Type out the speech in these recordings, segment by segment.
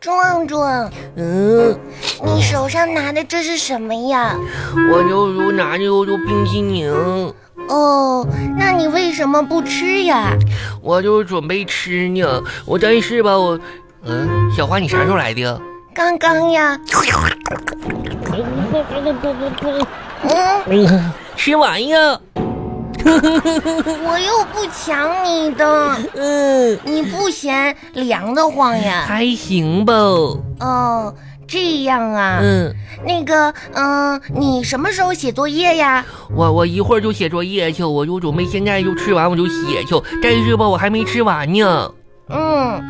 壮壮，嗯，你手上拿的这是什么呀？我就如拿着就冰激凌，哦，那你为什么不吃呀？我就准备吃呢。我但是吧，我，嗯，小花，你啥时候来的？刚刚呀，嗯，嗯，吃完呀。我又不抢你的，嗯，你不嫌凉得慌呀？还行吧。哦，这样啊，嗯，那个，嗯，你什么时候写作业呀？我我一会儿就写作业去，我就准备现在就吃完我就写去。但是吧，我还没吃完呢。嗯，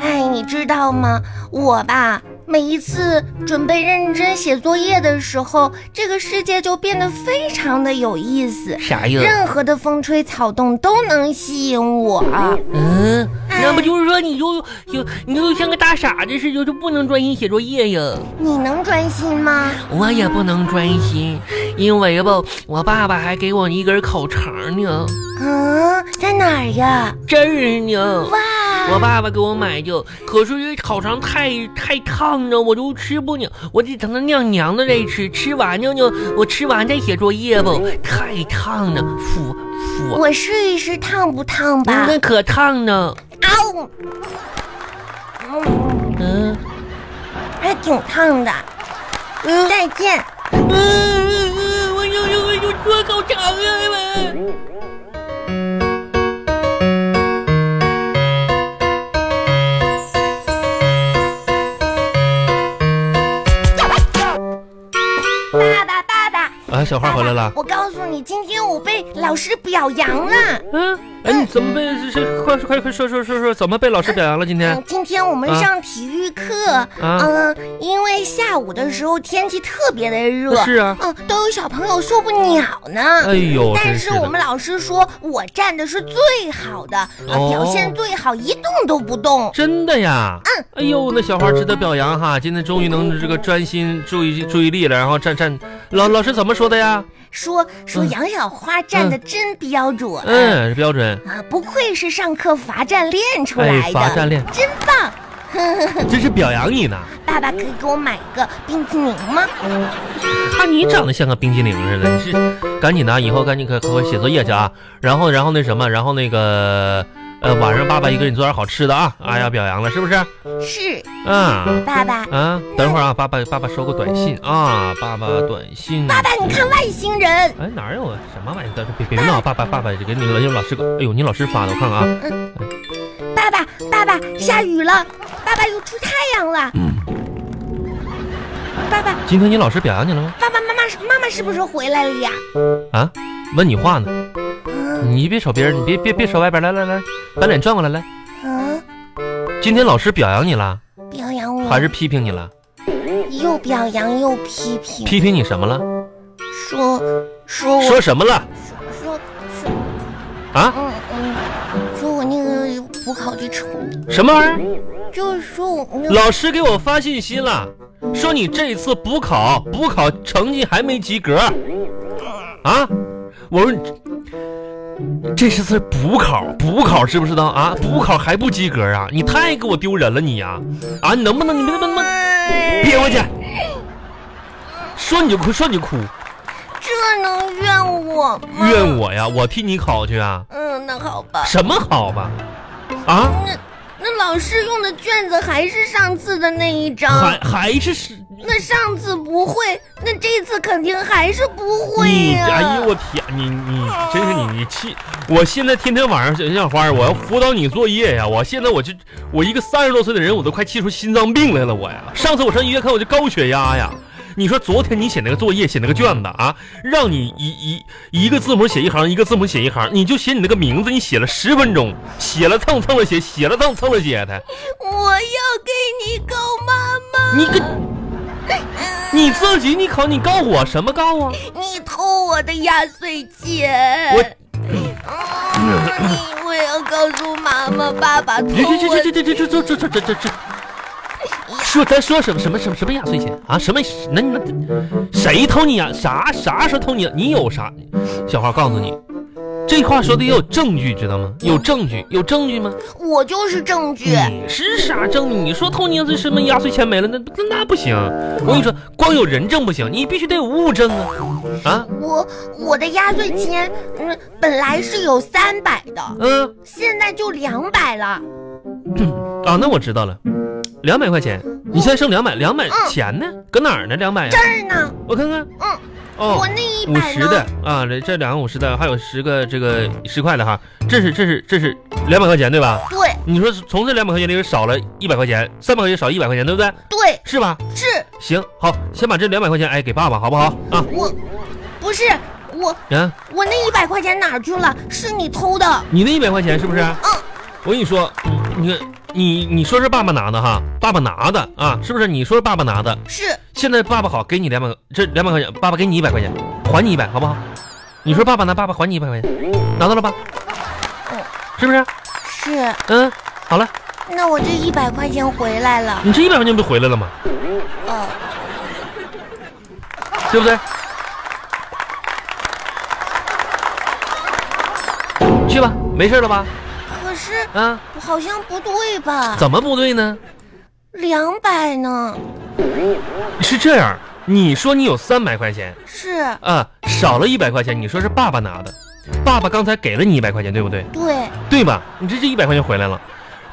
哎，你知道吗？我吧，每一次准备认真写作业的时候，这个世界就变得非常的有意思，啥呀？任何的风吹草动都能吸引我。嗯，那不就是说你就就你就像个大傻子似的，就不能专心写作业呀？你能专心吗？我也不能专心，因为吧，我爸爸还给我一根烤肠呢，嗯，在哪儿呀？这儿呢。哇，我爸爸给我买的，可是这烤肠太太烫了，我就吃不了，我得等它晾凉了再吃。吃完了呢，我吃完再写作业吧，太烫了，腐腐，我试一试烫不烫吧。那可烫呢。啊呜，嗯，嗯还挺烫的。嗯再见。嗯嗯嗯，我有有我就做烤肠啊！爸爸，爸爸，啊，小花回来爸了爸。我告诉你，今天我被老师表扬了。嗯，哎，你怎么被是是快快快说说说说，怎么被老师表扬了？今天嗯，今天我们啊上体育课，啊，嗯，因为下午的时候天气特别的热，是啊，嗯，都有小朋友受不了呢。哎呦，但真是的我们老师说，我站的是最好的，啊、哦表现最好，一动都不动。真的呀！嗯哎呦，那小花值得表扬哈！今天终于能这个专心注意注意力了，然后站站老老师怎么说的呀？说说嗯杨小花站的真标准，嗯，标准。啊，不愧是上课罚站练出哎来，的，罚站练，真棒！真是表扬你呢！爸爸可以给我买个冰淇淋吗？看你长得像个冰激凌似的，你是赶紧的啊，以后赶紧可可快写作业去啊！然后然后那什么，然后那个呃，晚上爸爸一个人做点好吃的啊！哎呀，表扬了是不是？是，嗯。爸爸，啊，等会儿啊，爸爸爸爸收个短信啊，爸爸短信。爸爸，你看外星人，哎，哪有啊？什么玩意儿？等会儿别别别闹！爸爸爸爸，给你老老师个，哎呦，你老师发的，我看看啊。爸爸，爸爸，下雨了，爸爸又出太阳了。嗯爸爸，今天你老师表扬你了吗？爸爸妈妈是妈妈是不是回来了呀？啊，问你话呢，嗯你别瞅别人，你别别别瞅外边，来来来，把脸转过来来。嗯，今天老师表扬你了，表扬我，还是批评你了？又表扬又批评，批评你什么了？说说我说什么了？说说啊？嗯嗯，说我那个补考的成绩，什么玩意儿？就是说我那个老师给我发信息了，说你这次补考补考成绩还没及格。啊？我说你这是次补考，补考知不知道啊？补考还不及格啊？你太给我丢人了你呀、啊！你能不能你能不能憋回去？说你就哭，说你就哭，这能怨我吗？怨我呀！我替你考去啊？嗯，那好吧。什么好吧？啊？那那老师用的卷子还是上次的那一张。还还是是那上次不会，那这次肯定还是不会啊你呀、哎呦我天，你你真是你你气！我现在天天晚上小小花儿，我要辅导你作业呀！我现在我就我一个三十多岁的人，我都快气出心脏病来了我呀！上次我上医院看我就高血压呀！你说昨天你写那个作业写那个卷子啊，让你一一一个字母写一行，一个字母写一行，你就写你那个名字，你写了十分钟，写了蹭蹭了写，写了蹭蹭了写的，我要给你告妈妈，你个你自己你考你告我什么告啊？你偷我的压岁钱。我嗯我也要告诉妈妈、爸爸偷这我这这这这这这这这这这这，说咱说什么什么什么什么压岁钱啊？什么那那啊谁偷你呀、啥啥时候偷你、你有啥？小花告诉你，这话说的也有证据，知道吗？有证据，有证据吗？我就是证据。你是啥证据？你说偷你啊这什么压岁钱没了，那那那不行。我跟你说，光有人证不行，你必须得有物证啊！啊，我我的压岁钱，嗯，本来是有三百的，嗯现在就两百了。啊，那我知道了，两百块钱，你现在剩两百，两百钱呢？搁哪儿呢？两百嗯这呀？儿呢，我看看，嗯，哦我，那一五百十呢？的啊，这这两个五十的，还有十个这个十块的哈，这是这是这是两百块钱对吧？对你说从这两百块钱里少了一百块钱，三百块钱少一百块钱，对不对？对是吧？是，行，好，先把这两百块钱哎给爸爸好不好啊？我不是我嗯，我那一百块钱哪儿去了？是你偷的。你那一百块钱是不是？嗯我跟你说，你看你你说是爸爸拿的哈，爸爸拿的啊，是不是？你说是爸爸拿的，是现在爸爸好，给你两百，这两百块钱，爸爸给你一百块钱，还你一百好不好？你说爸爸拿，爸爸还你一百块钱，拿到了吧？是不是？是，嗯，好了，那我这一百块钱回来了。你这一百块钱不就回来了吗？呃，对不对？去吧，没事了吧？可是啊，好像不对吧？怎么不对呢？两百呢？是这样，你说你有三百块钱是啊，少了一百块钱，你说是爸爸拿的，爸爸刚才给了你一百块钱，对不对？对，对吧？你这这一百块钱回来了，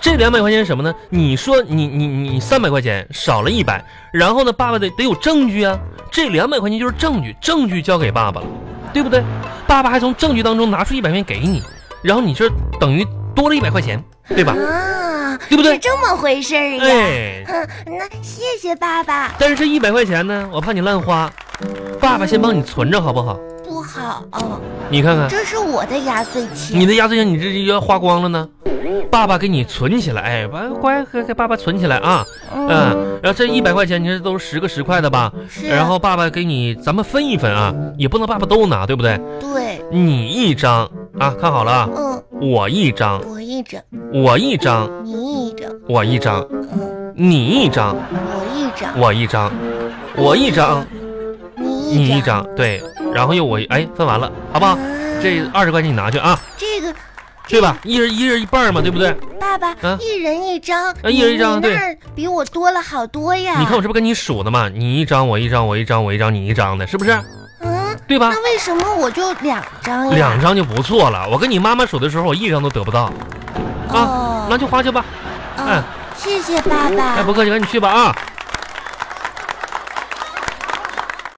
这两百块钱是什么呢？你说你你你三百块钱少了一百，然后呢，爸爸得得有证据啊，这两百块钱就是证据，证据交给爸爸了，对不对？爸爸还从证据当中拿出一百块钱给你，然后你这等于多了一百块钱，对吧？啊，对不对是这么回事儿呀？哎，哼，那谢谢爸爸，但是这一百块钱呢，我怕你乱花，爸爸先帮你存着好不好？不好、哦你看看。这是我的压岁嗯你钱。的压岁钱你这要花光了呢，爸爸给你存起来，哎，乖乖给给爸爸存起来啊，嗯，然后这一百块钱你这都是十个十块的吧，是，啊然后爸爸给你咱们分一分啊，也不能爸爸都拿，对不对？对，你一张啊，看好了啊，嗯，我一张，我一整，我一张，你一整，我一张，嗯，你一张，我一整，我一张，我一张，你你一整，张，对，然后又我一哎分完了，好不好？啊这二十块钱你拿去啊，这个对吧？一人一人一半嘛，对不对？爸爸、啊一人一张，一人一张你对那儿比我多了好多呀。你看我，这不跟你数呢吗？你一张，我一张，我一张，我一张，你一张的，是不是？嗯，对吧？那为什么我就两张呀？啊两张就不错了。我跟你妈妈数的时候，我一张都得不到，啊哦，那就花去吧。哎哦，谢谢爸爸。哎，不客气，赶紧去吧啊！